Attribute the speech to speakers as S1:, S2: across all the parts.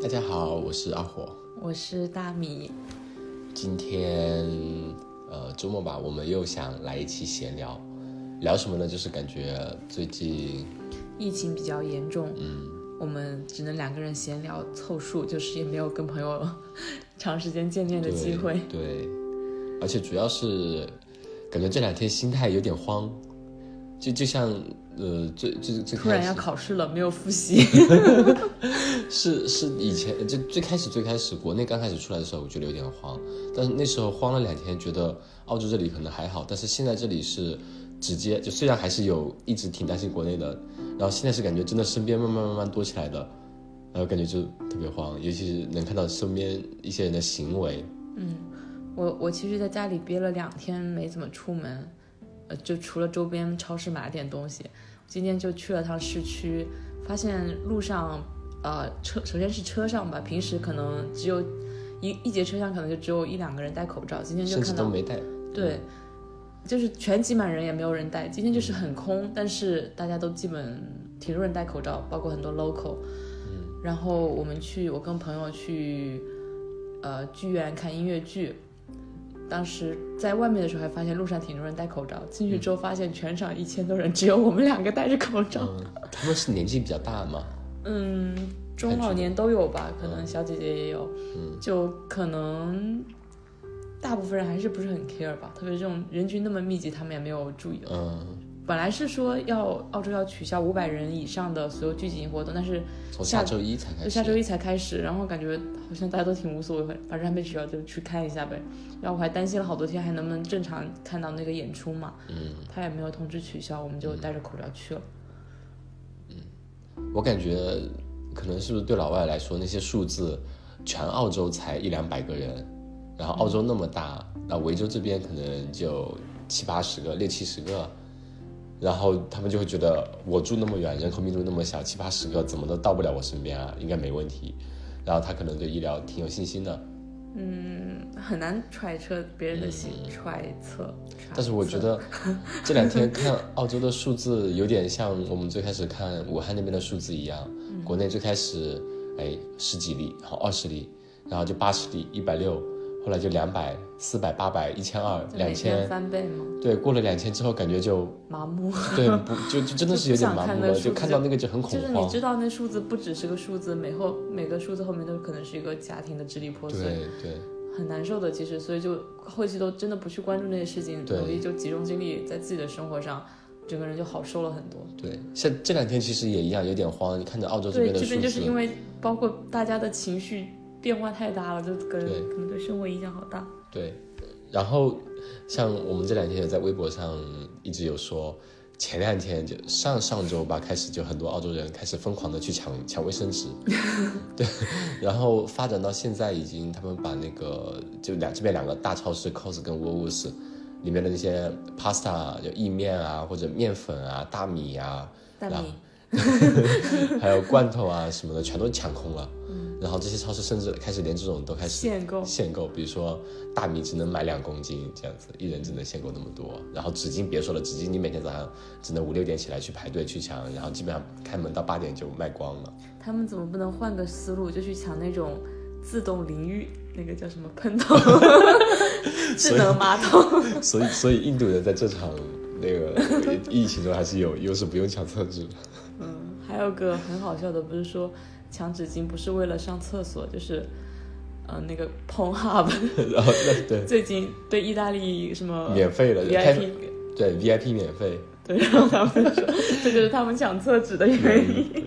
S1: 大家好，我是阿火。
S2: 我是大米，
S1: 今天呃周末吧，我们又想来一期闲聊，聊什么呢？就是感觉最近
S2: 疫情比较严重，
S1: 嗯
S2: 我们只能两个人闲聊凑数，就是也没有跟朋友 长时间见面的机会。
S1: 对，对而且主要是感觉这两天心态有点慌，就就像呃最最最
S2: 突
S1: 开
S2: 然
S1: 始
S2: 要考试了，没有复习，
S1: 是是以前就最开始最开始国内刚开始出来的时候，我觉得有点慌，但是那时候慌了两天，觉得澳洲这里可能还好，但是现在这里是直接就虽然还是有一直挺担心国内的，然后现在是感觉真的身边慢慢慢慢多起来的，然后感觉就特别慌，尤其是能看到身边一些人的行为，
S2: 我我其实在家里憋了两天，没怎么出门，呃，就除了周边超市买了点东西。今天就去了趟市区，发现路上，呃，车首先是车上吧，平时可能只有一一节车厢可能就只有一两个人戴口罩，今天就
S1: 甚至
S2: 看到
S1: 都没带。
S2: 对，就是全挤满人也没有人戴，今天就是很空，但是大家都基本挺多人戴口罩，包括很多 local。嗯，然后我们去，我跟朋友去，呃，剧院看音乐剧。当时在外面的时候还发现路上挺多人戴口罩，进去之后发现全场一千多人，只有我们两个戴着口罩。
S1: 嗯，他们是年纪比较大嘛，
S2: 嗯，中老年都有吧，可能小姐姐也有，
S1: 嗯
S2: 就可能大部分人还是不是很 care 吧，特别这种人群那么密集，他们也没有注意。
S1: 嗯，
S2: 本来是说要澳洲要取消五百人以上的所有聚集营活动，但是
S1: 从下
S2: 下
S1: 周一才开
S2: 就
S1: 始。
S2: 下周一才开始，然后感觉好像大家都挺无所谓，反正还没取消就去看一下呗。然后我还担心了好多天还能不能正常看到那个演出嘛，
S1: 嗯，
S2: 他也没有通知取消，我们就戴着口罩去了。
S1: 我感觉可能是不是对老外来说，那些数字，全澳洲才一两百个人，然后澳洲那么大，那维州这边可能就七八十个、六七十个，然后他们就会觉得我住那么远，人口密度那么小，七八十个怎么都到不了我身边啊，应该没问题。然后他可能对医疗挺有信心的，
S2: 嗯很难揣测别人的心，揣测。
S1: 嗯但是我觉
S2: 得
S1: 得 这两 天看澳洲的数字有点像我们最开始看武汉那边的数字一样，
S2: 嗯
S1: 国内最开始哎十几例，然后二十例，然后就八十例、一百六，后来就两百、四百、八百、一千二、
S2: 就每
S1: 两千
S2: 天，翻倍吗？
S1: 对，过了两千之后感觉就
S2: 麻木，
S1: 对不就就真的是有点麻木了，
S2: 就
S1: 就
S2: 不想看那个数字
S1: 看到那个就很恐
S2: 就是你
S1: 慌，
S2: 知道那数字不只是个数字，每后每个数字后面都可能是一个家庭的支离破碎。
S1: 对对。
S2: 很难受的，其实，所以就后期都真的不去关注那些事情，
S1: 对
S2: 努力就集中精力在自己的生活上，整个人就好受了很多。
S1: 对，像这两天其实也一样，有点慌。你看着澳洲这
S2: 对，
S1: 边的
S2: 这
S1: 数
S2: 边就是因
S1: 字，
S2: 为包括大家的情绪变化太大了，就个人
S1: 对
S2: 可能对生活影响好大。
S1: 对，然后像我们这两天也在微博上一直有说，前两天就上上周吧，开始就很多澳洲人开始疯狂的去抢抢卫生纸，对，然后发展到现在已经他们把那个就两这边两个大超市 COS 跟 Woolworths 里面的那些 pasta 就意面啊或者面粉啊大米啊
S2: 但
S1: 然后
S2: 你
S1: 还有罐头啊什么的全都抢空了，然后这些超市甚至开始连这种都开始
S2: 限购，
S1: 限购，比如说大米只能买两公斤这样子，一人只能限购那么多。然后纸巾别说了，纸巾你每天早上只能五六点起来去排队去抢，然后基本上开门到八点就卖光 了。
S2: 他们怎么不能换个思路，就去抢那种自动淋浴，那个叫什么 喷头，智能马桶？
S1: 所以，所以印度人在这场那个呃疫情中还是有优势，不用抢厕纸。
S2: 嗯，还有个很好笑的，不是说抢纸巾不是为了上厕所，就是。呃，那个 Pornhub
S1: 然后呃那对
S2: 最近对意大利什么
S1: 免费了，开
S2: VIP
S1: 对 VIP 免费。
S2: 对，然后他们说这就是他们抢厕纸的原因。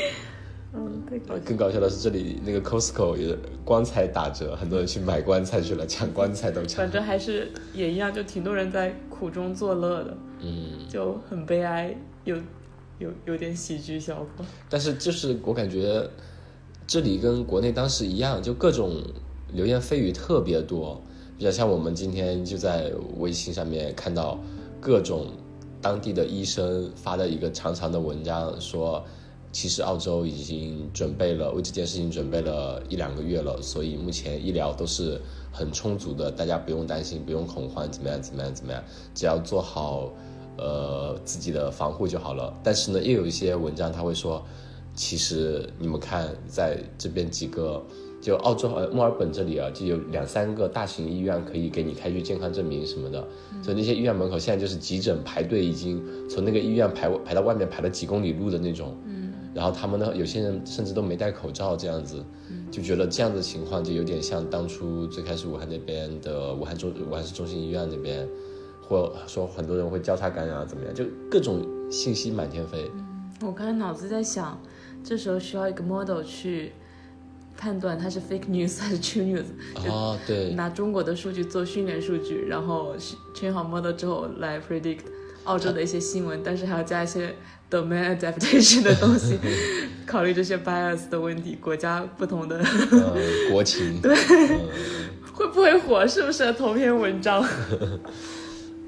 S2: 嗯，对，
S1: 更搞笑的是，这里那个 Costco 也棺材打折，很多人去买棺材去了，抢棺材都抢
S2: 反。正还是也一样，就挺多人在苦中作乐的，
S1: 嗯。
S2: 就很悲哀，有有有点喜剧效果。
S1: 但是就是我感觉这里跟国内当时一样，就各种流言蜚语特别多，比较像我们今天就在微信上面看到各种当地的医生发的一个长长的文章，说其实澳洲已经准备了为这件事情准备了一两个月了，所以目前医疗都是很充足的，大家不用担心，不用恐慌，怎么样怎么样怎么样，只要做好。呃，自己的防护就好了。但是呢，又有一些文章他会说，其实你们看，在这边几个，就澳洲呃墨尔本这里啊，就有两三个大型医院可以给你开具健康证明什么的，所以那些医院门口现在就是急诊排队，已经从那个医院排排到外面排了几公里路的那种。然后他们呢，有些人甚至都没戴口罩，这样子，就觉得这样的情况就有点像当初最开始武汉那边的武汉中武汉市中心医院那边，或说很多人会交叉感染啊，怎么样，就各种信息满天飞。
S2: 我刚才脑子在想，这时候需要一个 model 去判断它是 fake news 还是 true news，
S1: 哦，对，
S2: 拿中国的数据做训练数据，然后训训好 model 之后来 predict 澳洲的一些新闻，但是还要加一些 domain adaptation 的东西， 考虑这些 bias 的问题，国家不同的
S1: 呃，国情， 对，
S2: 会不会火，适不适合投篇文章？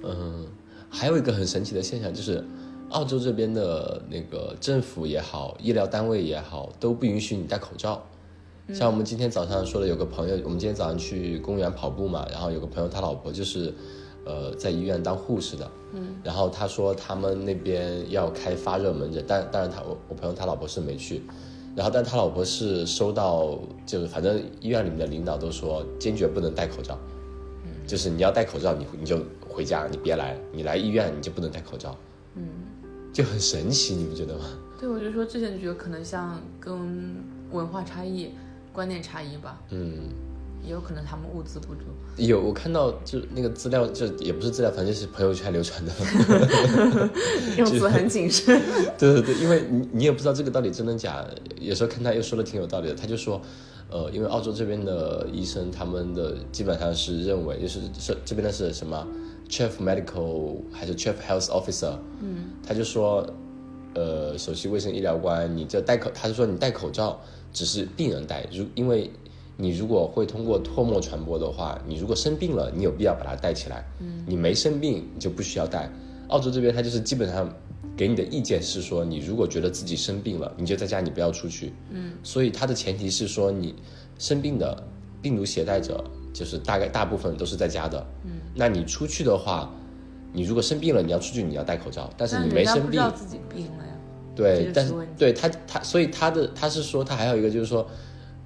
S1: 嗯，还有一个很神奇的现象就是，澳洲这边的那个政府也好，医疗单位也好，都不允许你戴口罩。像我们今天早上说的，有个朋友，我们今天早上去公园跑步嘛，然后有个朋友他老婆就是，呃，在医院当护士的，嗯，然后他说他们那边要开发热门诊，但当然他我我朋友他老婆是没去，然后但他老婆是收到，就是反正医院里面的领导都说坚决不能戴口罩，就是你要戴口罩，你你就回家，你别来，你来医院你就不能戴口罩，嗯，就很神奇，你不觉得吗？
S2: 对，我就说之前就觉得可能像跟文化差异、观念差异吧，
S1: 嗯，
S2: 也有可能他们物资不足。
S1: 有我看到就那个资料，就也不是资料，反正就是朋友圈流传的，
S2: 用词很谨慎。
S1: 对对对，因为你你也不知道这个到底真的假，有时候看他又说的挺有道理的，他就说，呃，因为澳洲这边的医生他们的基本上是认为就是这这边的是什么 chief medical 还是 chief health officer，嗯，他就说，呃，首席卫生医疗官，你这戴口，他就说你戴口罩只是病人戴，如因为。你如果会通过唾沫传播的话，你如果生病了，你有必要把它戴起来。嗯，你没生病，你就不需要戴。澳洲这边它就是基本上给你的意见是说，你如果觉得自己生病了，你就在家，你不要出去。嗯，所以它的前提是说，你生病的病毒携带者就是大概大部分都是在家的。嗯，那你出去的话，你如果生病了，你要出去，你要戴口罩。但是你
S2: 人
S1: 没
S2: 家
S1: 生
S2: 不知
S1: 病，
S2: 道自己病了呀。这
S1: 对
S2: 就，
S1: 但
S2: 是
S1: 是
S2: 问题
S1: 对他他，所以他的他是说他还有一个就是说，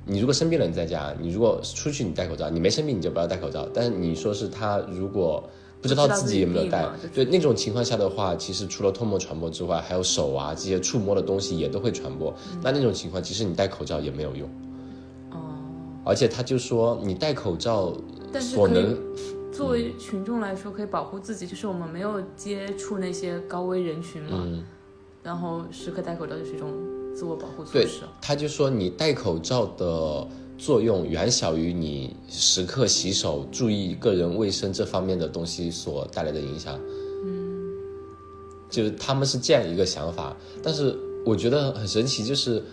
S1: 你如果生病了你在家，你如果出去你戴口罩，你没生病你就不要戴口罩。但是你说是他如果不知道
S2: 不知道
S1: 自
S2: 自
S1: 己
S2: 己
S1: 有没有
S2: 病
S1: 戴
S2: 了就，
S1: 对那种情况下的话，其实除了唾沫传播之外，还有手啊这些触摸的东西也都会传播。那那种情况，其实你戴口罩也没有用。
S2: 嗯哦，
S1: 而且他就说，你戴口罩
S2: 但是
S1: 嗯所
S2: 可
S1: 能嗯
S2: 以作为群众来说，可以保护自己，就是我们没有接触那些高危人群嘛，
S1: 嗯
S2: 然后时刻戴口罩就是一种自我保护措
S1: 对
S2: 施。，
S1: 他就说你戴口罩的作用远小于你时刻洗手、注意个人卫生这方面的东西所带来的影响。嗯，就是他们是这样一个想法，但是我觉得很神奇，就是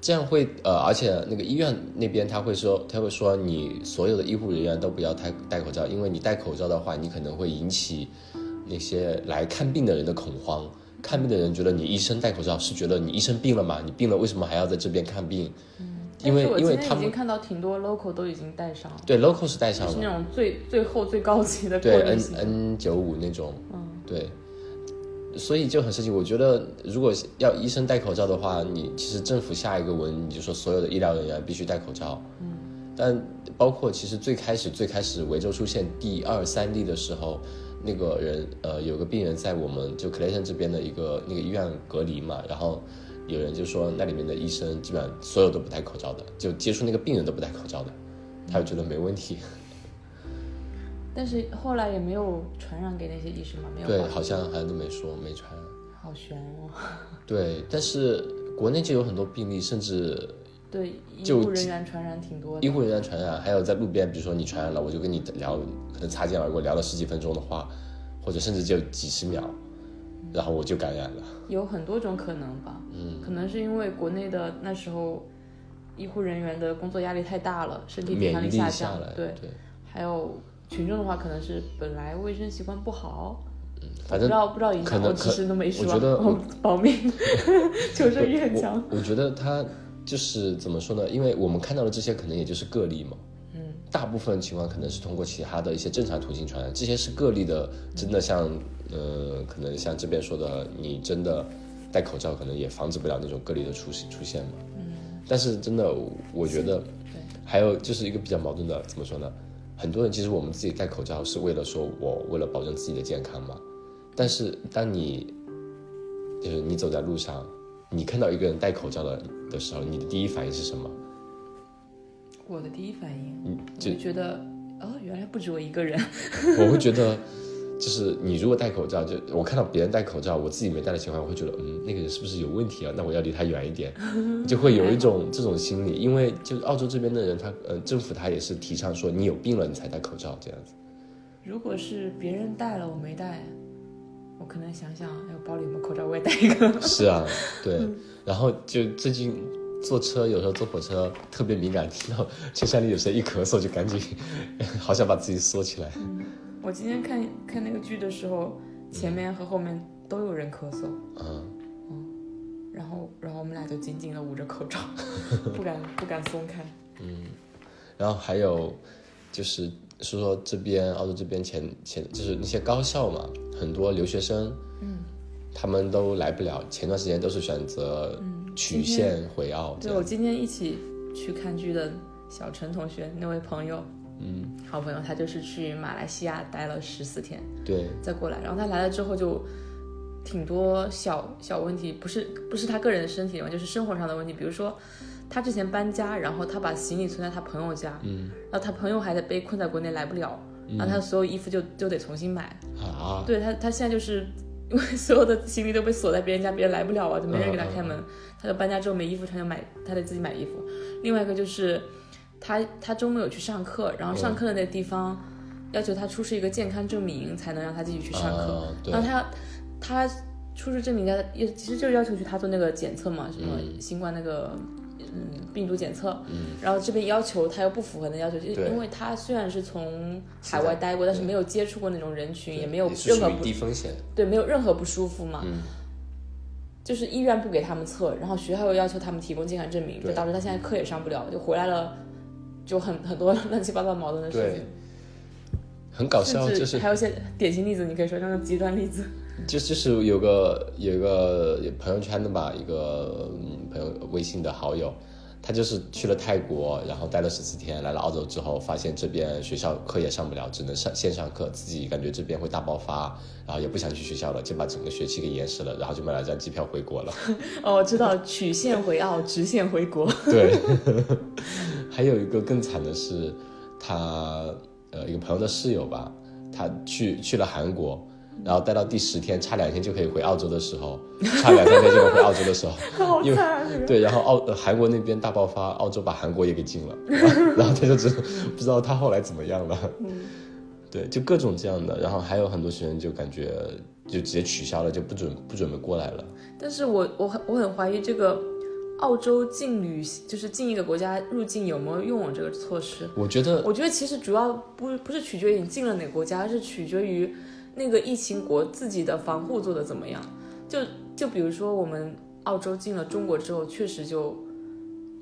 S1: 这样会呃，而且那个医院那边他会说，他会说你所有的医护人员都不要戴戴口罩，因为你戴口罩的话，你可能会引起那些来看病的人的恐慌。看病的人觉得你医生戴口罩是觉得你医生病了嘛？你病了为什么还要在这边看病？因为
S2: 嗯但是我
S1: 因为
S2: 今天
S1: 他
S2: 已经
S1: 们
S2: 看到挺多 local 都已经戴上了，
S1: 对 local 是戴上
S2: 就是
S1: 了，
S2: 那种最最厚最高级的过
S1: 对
S2: 滤
S1: N
S2: 型。
S1: N 九五那种，
S2: 嗯，
S1: 对，所以就很神奇。我觉得如果要医生戴口罩的话，你其实政府下一个文你就说所有的医疗人员必须戴口罩。嗯，但包括其实最开始最开始维州出现第二三例的时候，那个人呃有个病人在我们就 Clayton 这边的一个那个医院隔离嘛，然后。有人就说那里面的医生基本上所有都不戴口罩的，就接触那个病人都不戴口罩的，他就觉得没问题。嗯
S2: 但是后来也没有传染给那些医生啊嘛，没有
S1: 对，
S2: 吧
S1: 好像好像都没说没传。
S2: 好悬哦。
S1: 对，但是国内就有很多病例，甚至
S2: 对，医
S1: 就
S2: 护人员传染挺多的
S1: 医。护人员传染，还有在路边，比如说你传染了，我就跟你聊，可能擦肩而过，聊了十几分钟的话，或者甚至就几十秒，然后我就感染了。
S2: 有很多种可能吧，嗯，可能是因为国内的那时候医护人员的工作压力太大了，身体抵抗
S1: 免疫
S2: 力
S1: 力
S2: 降，
S1: 来，
S2: 对，还有群众的话，可能是本来卫生习惯不好，
S1: 嗯
S2: 我
S1: 反
S2: 不知
S1: 正
S2: 道不知道影
S1: 可
S2: 响，
S1: 能
S2: 我只是都没说，
S1: 我觉得我
S2: 保 命，求生欲很强，
S1: 我我觉得他就是怎么说呢？因为我们看到的这些可能也就是个例嘛，
S2: 嗯，
S1: 大部分情况可能是通过其他的一些正常途径传染，这些是个例的，真的像，呃，可能像这边说的，你真的戴口罩可能也防止不了那种隔离的出现出现嘛。嗯。但是真的，我觉得
S2: 对，
S1: 还有就是一个比较矛盾的，怎么说呢？很多人其实我们自己戴口罩是为了说我为了保证自己的健康嘛，但是当你就是你走在路上，你看到一个人戴口罩的的时候，你的第一反应是什么？
S2: 我的第一反应，
S1: 你
S2: 我
S1: 嗯就
S2: 就觉得哦，原来不止我一个人。
S1: 我会觉得，就是你如果戴口罩，就我看到别人戴口罩，我自己没戴的情况下，我会觉得，嗯，那个人是不是有问题啊？那我要离他远一点，就会有一种这种心理。因为就是澳洲这边的人，他呃，政府他也是提倡说，你有病了你才戴口罩这样子。
S2: 如果是别人戴了我没戴，我可能想想，哎，我包里有没有口罩，我也戴一个。
S1: 是啊，对。然后就最近坐车，有时候坐火车特别敏感，听到车厢里有谁一咳嗽，就赶紧 好想把自己缩起来。
S2: 我今天看看那个剧的时候，前面和后面都有人咳嗽，嗯
S1: 嗯，
S2: 然后然后我们俩就紧紧的捂着口罩， 不敢不敢松开。
S1: 然后还有就是说说这边澳洲这边前前就是那些高校嘛，很多留学生，
S2: 嗯，
S1: 他们都来不了，前段时间都是选择
S2: 嗯
S1: 曲
S2: 今天
S1: 线回澳呃这
S2: 对
S1: 样。
S2: 我今天一起去看剧的小陈同学那位朋友，
S1: 嗯，
S2: 好朋友，他就是去马来西亚待了十四天。
S1: 对，
S2: 再过来。然后他来了之后就挺多小小问题，不是不是他个人的身体嘛，就是生活上的问题。比如说他之前搬家，然后他把行李存在他朋友家，
S1: 嗯
S2: 然后他朋友还在被困在国内来不了，然后他所有衣服就就得重新买。
S1: 啊，
S2: 对他，他现在就是。因为所有的行李都被锁在别人家，别人来不了啊，就没人给他开门。他就搬家之后没衣服穿，就买他得自己买衣服。另外一个就是，他他周末有去上课，然后上课的那地方、要求他出示一个健康证明，才能让他继续去上课。
S1: 啊对
S2: 然后他他出示证明要也其实就是要求去他做那个检测嘛，什么新冠那个嗯病毒检测，嗯、然后这边要求他又不符合那要求，就是
S1: 对
S2: 因为他虽然是从海
S1: 是
S2: 外
S1: 的
S2: 待过，但是
S1: 对
S2: 没有接触过那种人群，也没有
S1: 是
S2: 任
S1: 属
S2: 何
S1: 于
S2: 不
S1: 低风险。
S2: 对没有任何不舒服嘛，
S1: 嗯，
S2: 就是医院不给他们测，然后学校又要求他们提供健康证明，就
S1: 对
S2: 导致他现在课也上不了，就回来了。就很很多 乱七八糟矛盾的事
S1: 对
S2: 情，，
S1: 很搞笑，
S2: 甚
S1: 就
S2: 至
S1: 是
S2: 还有一些典型例子，你可以说那种极端例子。
S1: 就就是有个有一个朋友圈的吧，一个、嗯朋友微信的好友，他就是去了泰国，然后待了十四天，来了澳洲之后，发现这边学校课也上不了，只能上线上课，自己感觉这边会大爆发，然后也不想去学校了，就把整个学期给延时了，然后就买了张机票回国了。
S2: 哦，我知道，曲线回澳，直线回国。
S1: 对， 还有一个更惨的是，他呃一个朋友的室友吧，他去去了韩国，然后待到第十天，差两天就可以回澳洲的时候，差两三天就能回澳洲的时候，
S2: 好
S1: 因为
S2: 惨这个
S1: 对，然后澳、呃韩国那边大爆发，澳洲把韩国也给禁了， 然后然后他就只不知道他后来怎么样了。对，就各种这样的，然后还有很多学生就感觉就直接取消了，就不准不准备过来了。
S2: 但是我我很我很怀疑这个澳洲进旅就是进一个国家入境有没有用我这个措施。
S1: 我觉得
S2: 我觉得其实主要不不是取决于你进了哪个国家，而是取决于那个疫情国自己的防护做的怎么样。就就比如说我们澳洲进了中国之后，确实就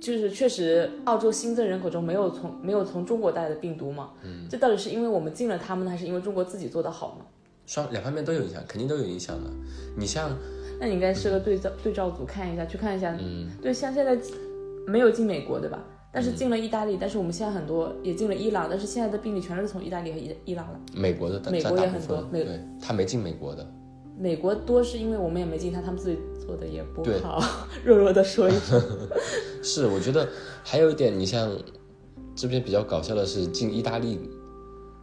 S2: 就是确实澳洲新增人口中没有从没有从中国带的病毒嘛。嗯，这到底是因为我们进了他们呢，还是因为中国自己做的好呢？
S1: 双两方面都有影响，肯定都有影响的。你像
S2: 那你应该设个对照对照组看一下，去看一下。嗯，对，像现在没有进美国，对吧？但
S1: 嗯
S2: 是进了意大利，但是我们现在很多也进了伊朗，但是现在的病例全是从意大利和伊伊朗来。
S1: 美国的大，
S2: 美国
S1: 占大
S2: 也
S1: 部
S2: 很多
S1: 分
S2: 美
S1: 对，他没进美国的，
S2: 美国多是因为我们也没进他，他们自己做的也不
S1: 对
S2: 好。 弱弱的说一声，
S1: 是我觉得还有一点，你像这边比较搞笑的是进意大利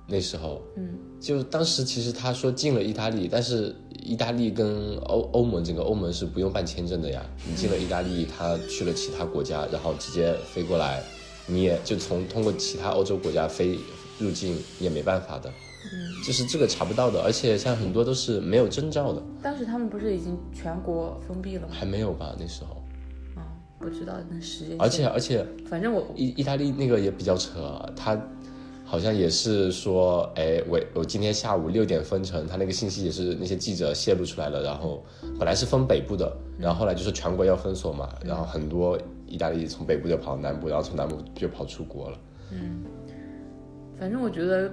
S1: 那时候，
S2: 嗯，
S1: 就当时其实他说进了意大利，但是意大利跟欧欧盟整个欧盟是不用办签证的呀，你进了意大利，他去了其他国家，然后直接飞过来，你也就从通过其他欧洲国家飞入境也没办法的，嗯，就是这个查不到的，而且像很多都是没有征兆的，
S2: 当时他们不是已经全国封闭了吗？
S1: 还没有吧那时候。
S2: 啊、不知道那时间线。
S1: 而且而且
S2: 反正我
S1: 意意大利那个也比较扯，啊他好像也是说，哎，我我今天下午六点封城，他那个信息也是那些记者泄露出来了，然后本来是封北部的，
S2: 嗯
S1: 然后后来就是全国要封锁嘛，然后很多意大利从北部就跑南部，然后从南部就跑出国了。
S2: 反正我觉得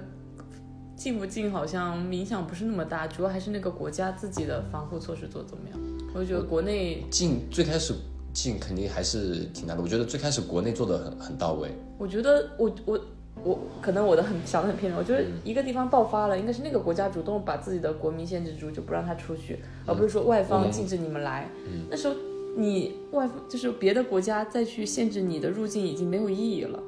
S2: 进不进好像影响不是那么大，主要还是那个国家自己的防护措施做得怎么样。我我觉得国内
S1: 进最开始进肯定还是挺难的，我觉得最开始国内做的很很到位，
S2: 我觉得我我我可能我的很想的很片面，我觉
S1: 嗯
S2: 得一个地方爆发了，应该是那个国家主动把自己的国民限制住，就不让他出去，
S1: 嗯
S2: 而不是说外方禁止你们来。那时候你外就是别的国家再去限制你的入境已经没有意义了，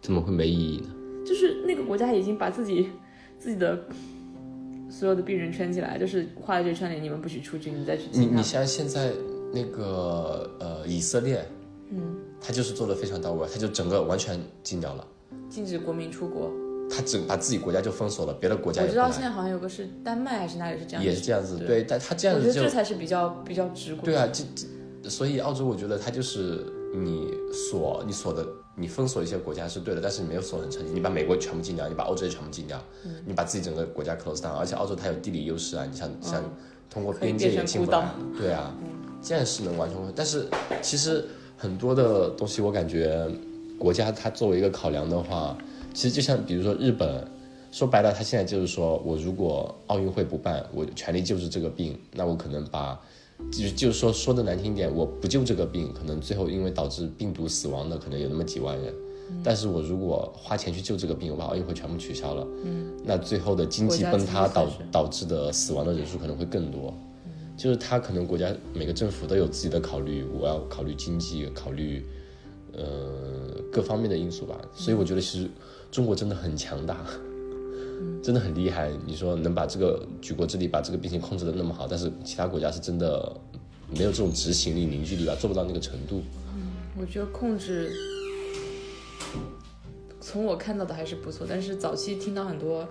S1: 怎么会没意义呢？
S2: 就是那个国家已经把自己自己的所有的病人圈起来，就是画了这个圈里，你们不许出去，你再去
S1: 你
S2: 进
S1: 你
S2: 他。
S1: 像现在那个呃以色列，
S2: 嗯，
S1: 他就是做的非常到位，他就整个完全禁掉了，
S2: 禁止国民出国。
S1: 他只把自己国家就封锁了，别的国家
S2: 我
S1: 也
S2: 知
S1: 不
S2: 道现
S1: 来，
S2: 在好像有个是丹麦还是哪里是这样子，
S1: 也是这样子，
S2: 对
S1: 对，但他这样
S2: 我
S1: 子
S2: 觉得
S1: 就
S2: 这才是比较比较直观。
S1: 对啊，这这，所以澳洲我觉得它就是你锁你锁的，你封锁一些国家是对的，但是你没有锁得很彻底，你把美国全部禁掉，你把欧洲全部禁掉，
S2: 嗯
S1: 你把自己整个国家 close down，而且澳洲它有地理优势啊，你想想通过
S2: 可以
S1: 边界
S2: 变
S1: 也
S2: 成
S1: 进
S2: 孤
S1: 不
S2: 岛
S1: 来，对啊，这样是能完成，但是其实很多的东西我感觉国家它作为一个考量的话，其实就像比如说日本。说白了，他现在就是说，我如果奥运会不办，我全力救治这个病，那我可能把就就是说说的难听一点，我不救这个病，可能最后因为导致病毒死亡的可能有那么几万人。
S2: 嗯
S1: 但是我如果花钱去救这个病，我把奥运会全部取消了，那最后的经济
S2: 嗯国家
S1: 崩塌
S2: 经济
S1: 导
S2: 损失嗯
S1: 导致的死亡的人数可能会更多。就是他可能国家每个政府都有自己的考虑，我要考虑经济，考虑呃各方面的因素吧。所
S2: 嗯
S1: 以我觉得其实中国真的很强大，真的很厉害。你说能把这个举国之力把这个病情控制的那么好，但是其他国家是真的没有这种执行力、凝聚力吧，做不到那个程度。
S2: 我觉得控制，从我看到的还是不错，但是早期听到很多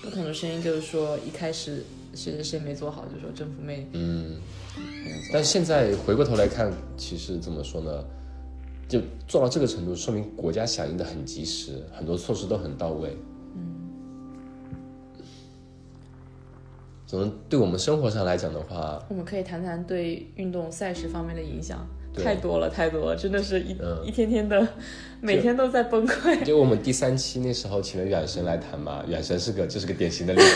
S2: 不同的声音，就是说一开始谁谁谁没做好，就说政府没，嗯
S1: 但现在回过头来看，其实怎么说呢？就做到这个程度，说明国家响应的很及时，很多措施都很到位。嗯，怎么对我们生活上来讲的话，
S2: 我们可以谈谈对运动赛事方面的影响，
S1: 对
S2: 太多了太多了，真的是一、
S1: 嗯
S2: 一天天的，每天都在崩溃。
S1: 就我们第三期那时候请了远神来谈嘛，远神是个就是个典型的例 子。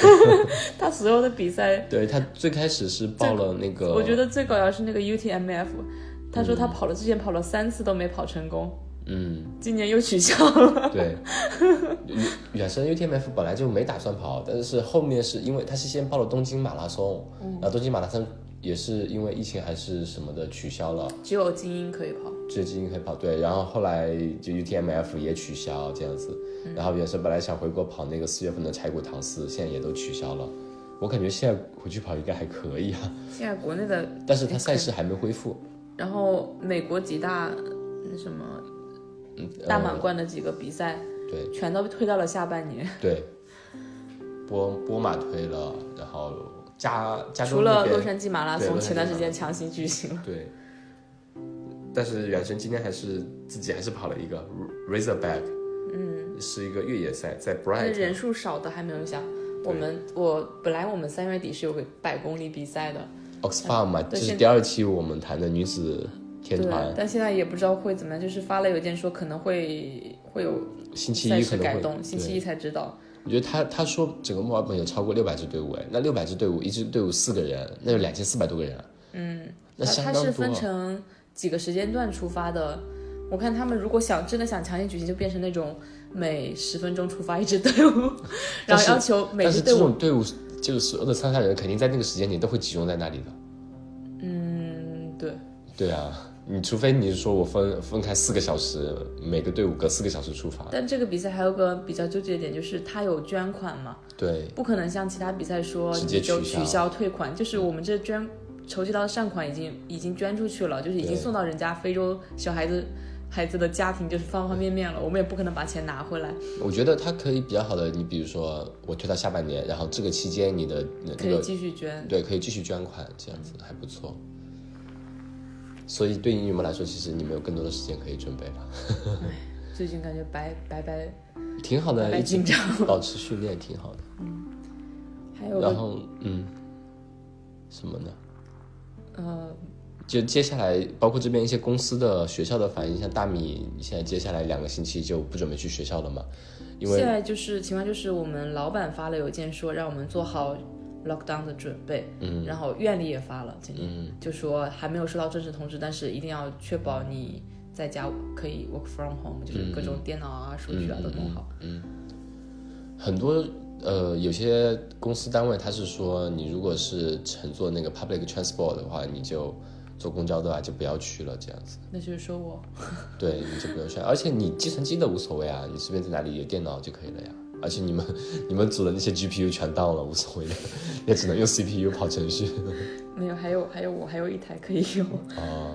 S2: 他所有的比赛，
S1: 对他最开始是报了那个，
S2: 我觉得最搞笑是那个 UTMF，他说他跑了之前跑了三次都没跑成功，
S1: 嗯，
S2: 今年又取消了。
S1: 对，远远神 UTMF 本来就没打算跑，但是后面是因为他是先报了东京马拉松，然后东京马拉松也是因为疫情还是什么的取消了，
S2: 只有精英可以跑，
S1: 这基因可以跑对，然后后来就 UTMF 也取消这样子，然后远神本来想回国跑那个四月份的柴谷唐斯，现在也都取消了。我感觉现在回去跑应该还可以啊，
S2: 现在国内的
S1: 但是他赛事还没恢复。
S2: 然后美国几大那什么
S1: 嗯，呃
S2: 大满贯的几个比赛，
S1: 对，
S2: 全都推到了下半年。
S1: 对，波波马推了，然后加加州
S2: 除
S1: 那
S2: 了
S1: 边
S2: 洛杉矶马拉
S1: 对
S2: 松，
S1: 洛杉矶
S2: 前段时间强行举行了。
S1: 对，但是远神今天还是自己还是跑了一个 Razorback，嗯，是一个越野赛，在
S2: 那
S1: Bright，
S2: 人数少的还没有想。我们我本来我们三月底是有个百公里比赛的，
S1: Oxfam 嘛，这
S2: 对
S1: 是
S2: 现
S1: 第二期我们谈的女子天
S2: 对
S1: 团，，
S2: 但现在也不知道会怎么样，就是发了邮件说可能会会有
S1: 星期
S2: 赛
S1: 一
S2: 事
S1: 可能
S2: 改
S1: 会
S2: 动，星期一才知道。
S1: 我觉得他他说整个墨尔本有超过六百支队伍，哎，那六百支队伍，一支队伍四个人，那有两千四百多个人，嗯，那
S2: 它
S1: 相
S2: 它
S1: 当多。
S2: 是分成几个时间段出发的。我看他们如果想真的想强行举行，就变成那种每十分钟出发一支队 伍，然
S1: 但
S2: 后
S1: 是
S2: 要求每
S1: 但
S2: 支
S1: 是
S2: 队
S1: 这
S2: 伍
S1: 种队伍，就是所有的参赛人肯定在那个时间点都会集中在那里的。
S2: 嗯对
S1: 对啊，你除非你说我分分开四个小时，每个队伍隔四个小时出发。
S2: 但这个比赛还有个比较纠结的点，就是它有捐款嘛，
S1: 对，
S2: 不可能像其他比赛说
S1: 直
S2: 你
S1: 接
S2: 就
S1: 取消
S2: 取消退款，就是我们这捐筹集到的善款已经已经捐出去了，就是已经
S1: 对
S2: 送到人家非洲小孩子孩子的家庭，就是方方面面了，我们也不可能把钱拿回来，
S1: 我觉得它可以比较好的，你比如说我推到下半年，然后这个期间你的那
S2: 可
S1: 那
S2: 以
S1: 个
S2: 继续捐。
S1: 对可以继续捐款，这样子还不错。所以对于你们来说，其实你们有更多的时间可以准备了，
S2: 最近感觉白白白
S1: 挺好
S2: 白
S1: 的，
S2: 白
S1: 一直
S2: 紧张。
S1: 保持训练挺好的。
S2: 还有
S1: 然
S2: 个
S1: 后嗯，什么呢？
S2: 呃，
S1: 就接下来，包括这边一些公司的、学校的反应，像大米现在接下来两个星期就不准备去学校了嘛，因为
S2: 现在就是情况就是我们老板发了邮件说让我们做好 lockdown 的准备，
S1: 嗯
S2: 然后院里也发了，今天
S1: 嗯
S2: 就说还没有收到正式通知，但是一定要确保你在家可以 work from home，就是各种电脑啊、数据啊都弄好。
S1: 嗯，很多呃，有些公司单位它是说，你如果是乘坐那个 public transport 的话，你就坐公交的话就不要去了，这样子。
S2: 那就是说我
S1: 对，你就不要去，而且你计算机的无所谓啊，你随便在哪里有电脑就可以了呀。而且你们 你们组的那些 GPU 全到了，无所谓的，也只能用 CPU 跑程序。
S2: 没有，还有还有我还有一台可以用。
S1: 哦，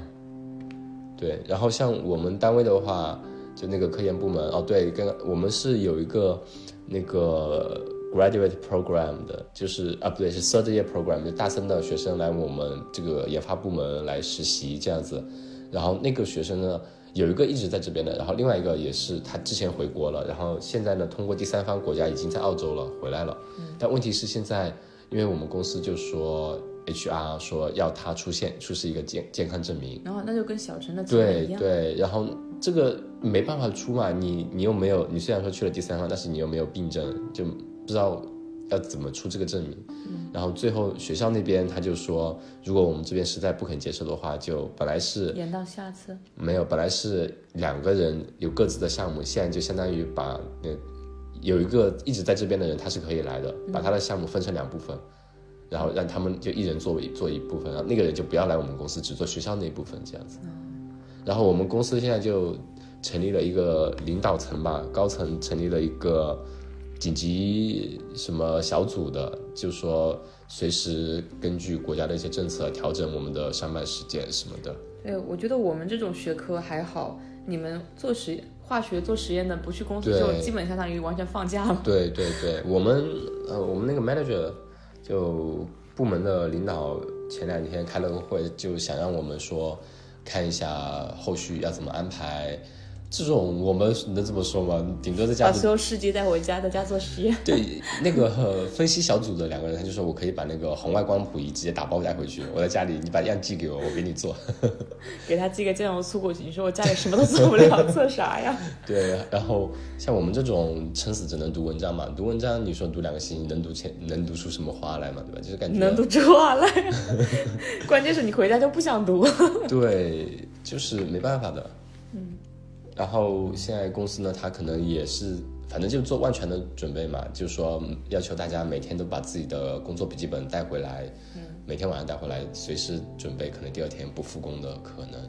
S1: 对，然后像我们单位的话，就那个科研部门，哦，对，跟我们是有一个那个 graduate program 的，就是啊，不对，是 third year program，就大三的学生来我们这个研发部门来实习这样子。然后那个学生呢，有一个一直在这边的，然后另外一个也是他之前回国了，然后现在呢，通过第三方国家已经在澳洲了，回来了。但问题是现在，因为我们公司就说 HR 说要他出现出示一个健健康证明，
S2: 然后那就跟小陈的情况
S1: 对
S2: 一样，
S1: 对，然后这个没办法出嘛，你你又没有，你虽然说去了第三方，但是你又没有病症，就不知道要怎么出这个证明。
S2: 嗯
S1: 然后最后学校那边他就说，如果我们这边实在不肯接受的话，就本来是
S2: 延到下次。
S1: 没有，本来是两个人有各自的项目，现在就相当于把那有一个一直在这边的人，他是可以来的，把他的项目分成两部分，然后让他们就一人做一做一部分，然后那个人就不要来我们公司，只做学校那一部分这样子。然后我们公司现在就成立了一个领导层吧，高层成立了一个紧急什么小组的，就说随时根据国家的一些政策调整我们的上班时间什么的。
S2: 对，哎我觉得我们这种学科还好，你们做实化学做实验的不去公司
S1: 对
S2: 就基本相当于完全放假了。
S1: 对对对，我们呃，我们那个 manager 就部门的领导前两天开了个会，就想让我们说看一下后续要怎么安排。这种我们能怎么说吗？顶多在家
S2: 把所有试剂带回家，在家做实验。
S1: 对，那个呃分析小组的两个人，他就说我可以把那个红外光谱仪直接打包带回去，我在家里，你把样寄给我，我给你做。
S2: 给他寄个酱油醋过去，你说我家里什么都做不了，做啥 呀？
S1: 对，然后像我们这种撑死只能读文章嘛，读文章你说读两个星期能读前能读出什么花来嘛，对吧？就是感觉
S2: 能读出话来， 关键是你回家就不想读。
S1: 对，就是没办法的。嗯。然后现在公司呢，它可能也是，反正就做万全的准备嘛，就是说要求大家每天都把自己的工作笔记本带回来，每天晚上带回来，随时准备可能第二天不复工的可能。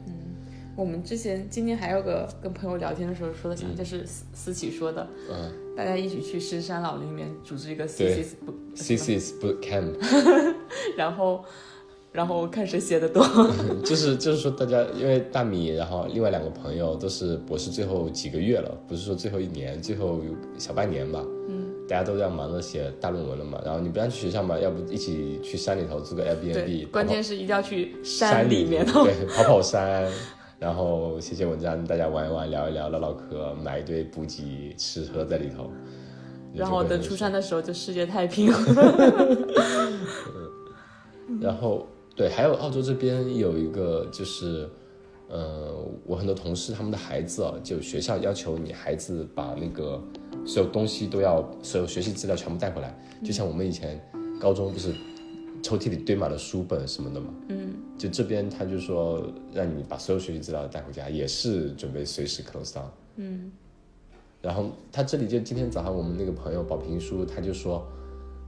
S2: 我们之前今天还有个跟朋友聊天的时候说的，想就是思思琪说的，
S1: 嗯
S2: 大家一起去深山老林里面组织一个
S1: 对
S2: CC，
S1: ，C C is boot camp，
S2: 然后然后看谁写的多。
S1: 嗯就是就是说大家因为大米，然后另外两个朋友都是博士最后几个月了，不是说最后一年，最后小半年吧。
S2: 嗯
S1: 大家都要忙着写大论文了嘛，然后你不让去学校嘛，要不一起去山里头租个
S2: 对
S1: Airbnb，，
S2: 关键是一定要去
S1: 山
S2: 里面哦。
S1: 对，跑跑山，然后写写文章，大家玩一玩，聊一聊，唠唠嗑，买一堆补给吃喝在里头，
S2: 然后
S1: 你就会
S2: 等
S1: 很
S2: 出山的时候就世界太平了。
S1: 然后对，还有澳洲这边有一个就是，呃，我很多同事他们的孩子啊，就学校要求你孩子把那个所有东西都要，所有学习资料全部带回来，就像我们以前高中不是抽屉里堆满了书本什么的嘛，嗯，就这边他就说让你把所有学习资料带回家，也是准备随时 close down，嗯，然后他这里就今天早上我们那个朋友保平叔他就说。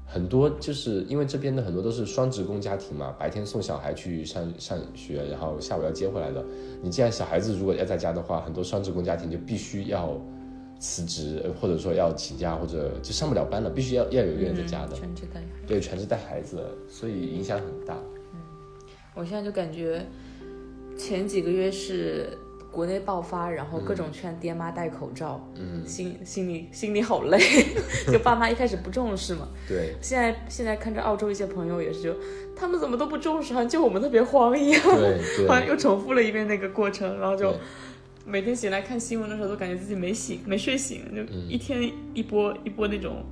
S1: 很多就是因为这边的很多都是双职工家庭嘛，白天送小孩去上上学，然后下午要接回来的。你既然小孩子如果要在家的话，很多双职工家庭就必须要辞职，呃或者说要请假，或者就上不了班了，必须要要有 一个人在家的，
S2: 全职带
S1: 对，全职带孩子，所以影响很大。
S2: 我现在就感觉前几个月是国内爆发，然
S1: 嗯
S2: 后各种劝爹妈戴口罩，嗯，心心里心里好累， 就爸妈一开始不重视嘛，
S1: 对，
S2: 现在现在看着澳洲一些朋友也是就，他们怎么都不重视，好像就我们特别慌一样，
S1: 对
S2: 好
S1: 对
S2: 像又重复了一遍那个过程，然后就
S1: 对。
S2: 每天醒来看新闻的时候，都感觉自己没醒，没睡醒，就
S1: 嗯
S2: 一天一波、一波那种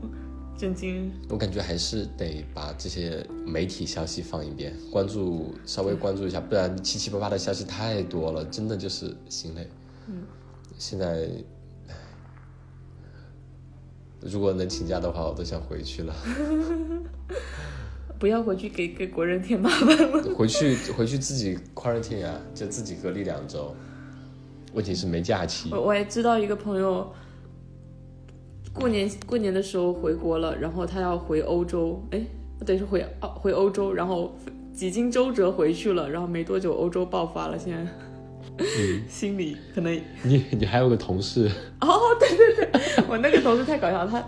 S2: 震惊。
S1: 我感觉还是得把这些媒体消息放一边，关注稍
S2: 嗯
S1: 微关注一下，不然七七八八的消息太多了，真的就是心累。嗯，现在，唉如果能请假的话，我都想回去了。
S2: 不要回去给给国人添麻烦了。
S1: 回去回去自己 quarantine 啊，就自己隔离两周。问题是没假期
S2: 我，我还知道一个朋友，过年过年的时候回国了，然后他要回欧洲，哎，不对，是回澳回欧洲，然后几经周折回去了，然后没多久欧洲爆发了，现在、
S1: 嗯
S2: 心里可能
S1: 你你还有个同事，
S2: 哦， 对对对，我那个同事太搞笑了，他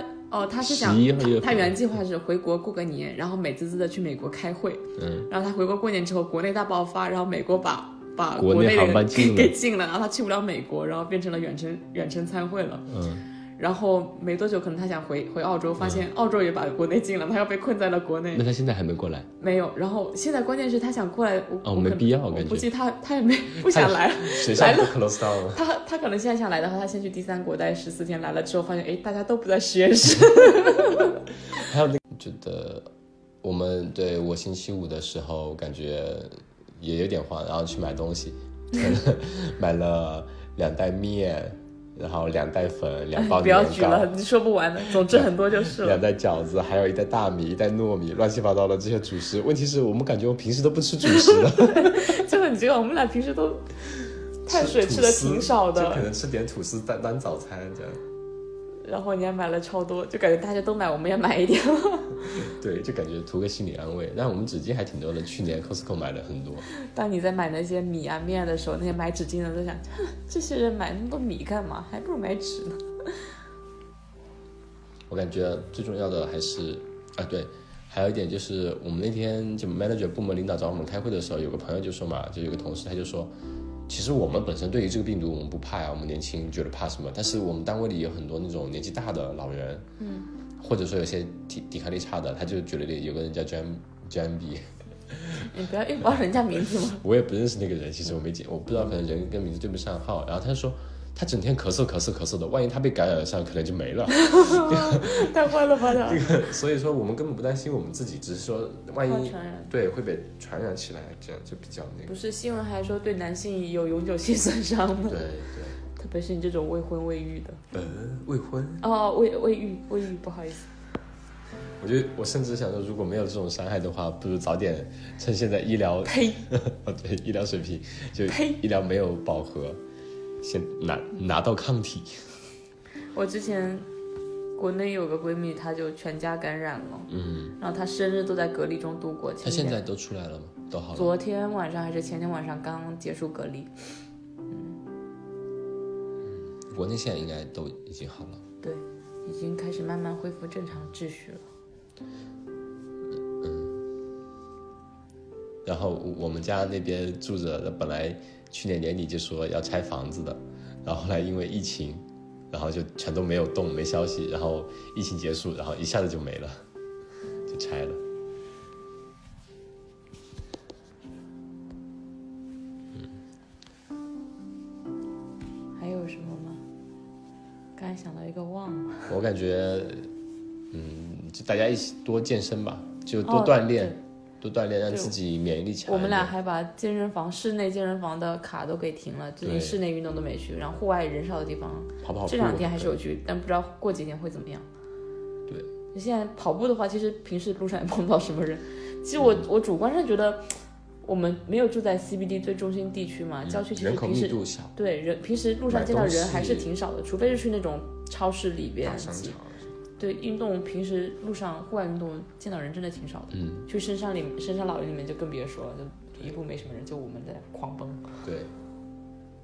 S2: 他哦，他是想
S1: 11月份
S2: 他原计划是回国过个年，然后美滋滋的去美国开会，
S1: 嗯，
S2: 然后他回国过年之后，国内大爆发，然后美国把把
S1: 国内
S2: 内人
S1: 航班禁了
S2: 给给禁了，然后他去不了美国，然后变成了远程远程参会了。
S1: 嗯，
S2: 然后没多久，可能他想回回澳洲，发现澳洲也把国内禁了，他要被困在了国内
S1: 那。他现在还没过来，
S2: 没有，然后现在关键是他想过来，我、
S1: 哦
S2: 我
S1: 没
S2: 可
S1: 必要
S2: 我
S1: 感觉
S2: 估计他 他也没不想来了，
S1: 学校
S2: 来
S1: 不
S2: 了
S1: close down 了，
S2: 他他可能现在想来的话，他先去第三国待十四天，来了之后发现，哎，大家都不在实验室。
S1: 还有那个觉得我们对我星期五的时候感觉也有点慌，然后去买东西， 买了两袋面，然后两袋粉，两包
S2: 哎不要
S1: 年
S2: 举
S1: 糕
S2: 了，。你说不完的。总之很多就 是了。
S1: 两袋饺子，还有一袋大米，一袋糯米，乱七八糟的这些主食。问题是我们感觉我平时都不吃主食 的，
S2: 就是你这个，我们俩平时都碳水 吃的挺少
S1: 就可
S2: 的，
S1: 能吃点吐司当当早餐这样。
S2: 然后你还买了超多，就感觉大家都买，我们也买一点。
S1: 对，就感觉图个心理安慰。但我们纸巾还挺多的，去年 Costco 买了很多。
S2: 当你在买那些米啊面的时候，那些买纸巾的都想， 哼这些人买那么多米干嘛？还不如买纸 呢。
S1: 我感觉最重要的还是啊，对，还有一点就是我们那天就 manager 部门领导找我们开会的时候，有个朋友就说嘛，就有个同事他就说，其实我们本身对于这个病毒我们不怕呀、我们年轻觉得怕什么？但是我们单位里有很多那种年纪大的老人，嗯，或者说有些抵抵抗力差的，他就觉得有个人叫 Jam Jam B，
S2: 你不要一报人家名字嘛。
S1: 我也不认识那个人，其实我没见，我不知道可能人跟名字对不上号。然后他就说，他整天咳嗽咳嗽咳嗽的，万一他被感染上，可能就没了。
S2: 太坏了吧他！
S1: 所以说我们根本不担心我们自己，只是说万
S2: 好
S1: 一
S2: 传染。
S1: 对会被传染起来，这样就比较那个。
S2: 不是新闻还说对男性有永久性损伤
S1: 对
S2: 吗？
S1: 对，
S2: 特别是你这种未婚未育的。
S1: 呃，未婚，
S2: 哦，未未育未育，不好意思。
S1: 我觉得我甚至想说，如果没有这种伤害的话，不如早点趁现在医疗哦
S2: 呸！
S1: 对医疗水平就
S2: 呸
S1: 医疗没有饱和，先拿拿到抗体。
S2: 我之前国内有个闺蜜，她就全家感染了，
S1: 嗯，
S2: 然后她生日都在隔离中度过。
S1: 他
S2: 前
S1: 现
S2: 天
S1: 在都出来了吗？都哦好了吗。
S2: 昨天晚上还是前天晚上刚结束隔离，
S1: 国内现在应该都已经好了。
S2: 对，已经开始慢慢恢复正常秩序了。
S1: 然后我我们家那边住着的，本来去年年底就说要拆房子的，然后后来因为疫情，然后就全都没有动，没消息。然后疫情结束，然后一下子就没了， 就拆了。
S2: 还有什么吗？刚才想到一个忘了，
S1: 我感觉，嗯，就大家一起多健身吧，就多
S2: 哦
S1: 锻炼，
S2: 对
S1: 多锻炼，让
S2: 对
S1: 自己免疫力强一点。
S2: 我们俩还把健身房室内健身房的卡都给停了，最
S1: 对
S2: 近室内运动都没去，然后户外人少的地方，
S1: 跑跑步，啊
S2: 这两天还是有去，但不知道过几天会怎么样。
S1: 对，
S2: 就现在跑步的话，其实平时路上也碰不到什么人。其实我、
S1: 嗯
S2: 我主观上觉得，我们没有住在 CBD 最中心地区嘛，
S1: 嗯
S2: 郊区其实
S1: 人口
S2: 平
S1: 密
S2: 时
S1: 度小，
S2: 对人平时路上
S1: 买
S2: 见到
S1: 东
S2: 人还是
S1: 西
S2: 挺少的，除非是去那种超市里边
S1: 大。商场。
S2: 对运动，平时路上户外运动见到人真的挺少的。
S1: 嗯，
S2: 去深山里深山老林里面就更别说了，就一路没什么人，就我们在狂奔。
S1: 对，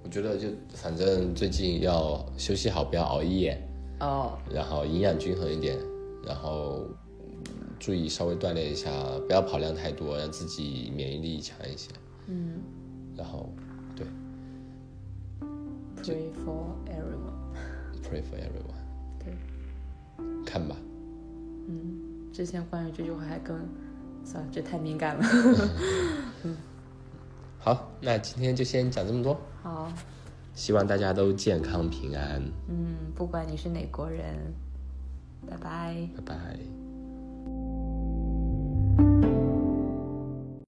S1: 我觉得就反正最近要休息好，不要熬夜。
S2: 哦，
S1: 然后营养均衡一点，然后嗯注意稍微锻炼一下，不要跑量太多，让自己免疫力强一些。
S2: 嗯
S1: 然后对
S2: ，pray for everyone。
S1: ，pray for everyone，
S2: 对。
S1: 看吧，
S2: 嗯，之前关于这句话还跟，算了，这太敏感了。
S1: 好，那今天就先讲这么多，
S2: 好，
S1: 希望大家都健康平安，
S2: 嗯，不管你是哪国人，拜拜。
S1: 拜拜。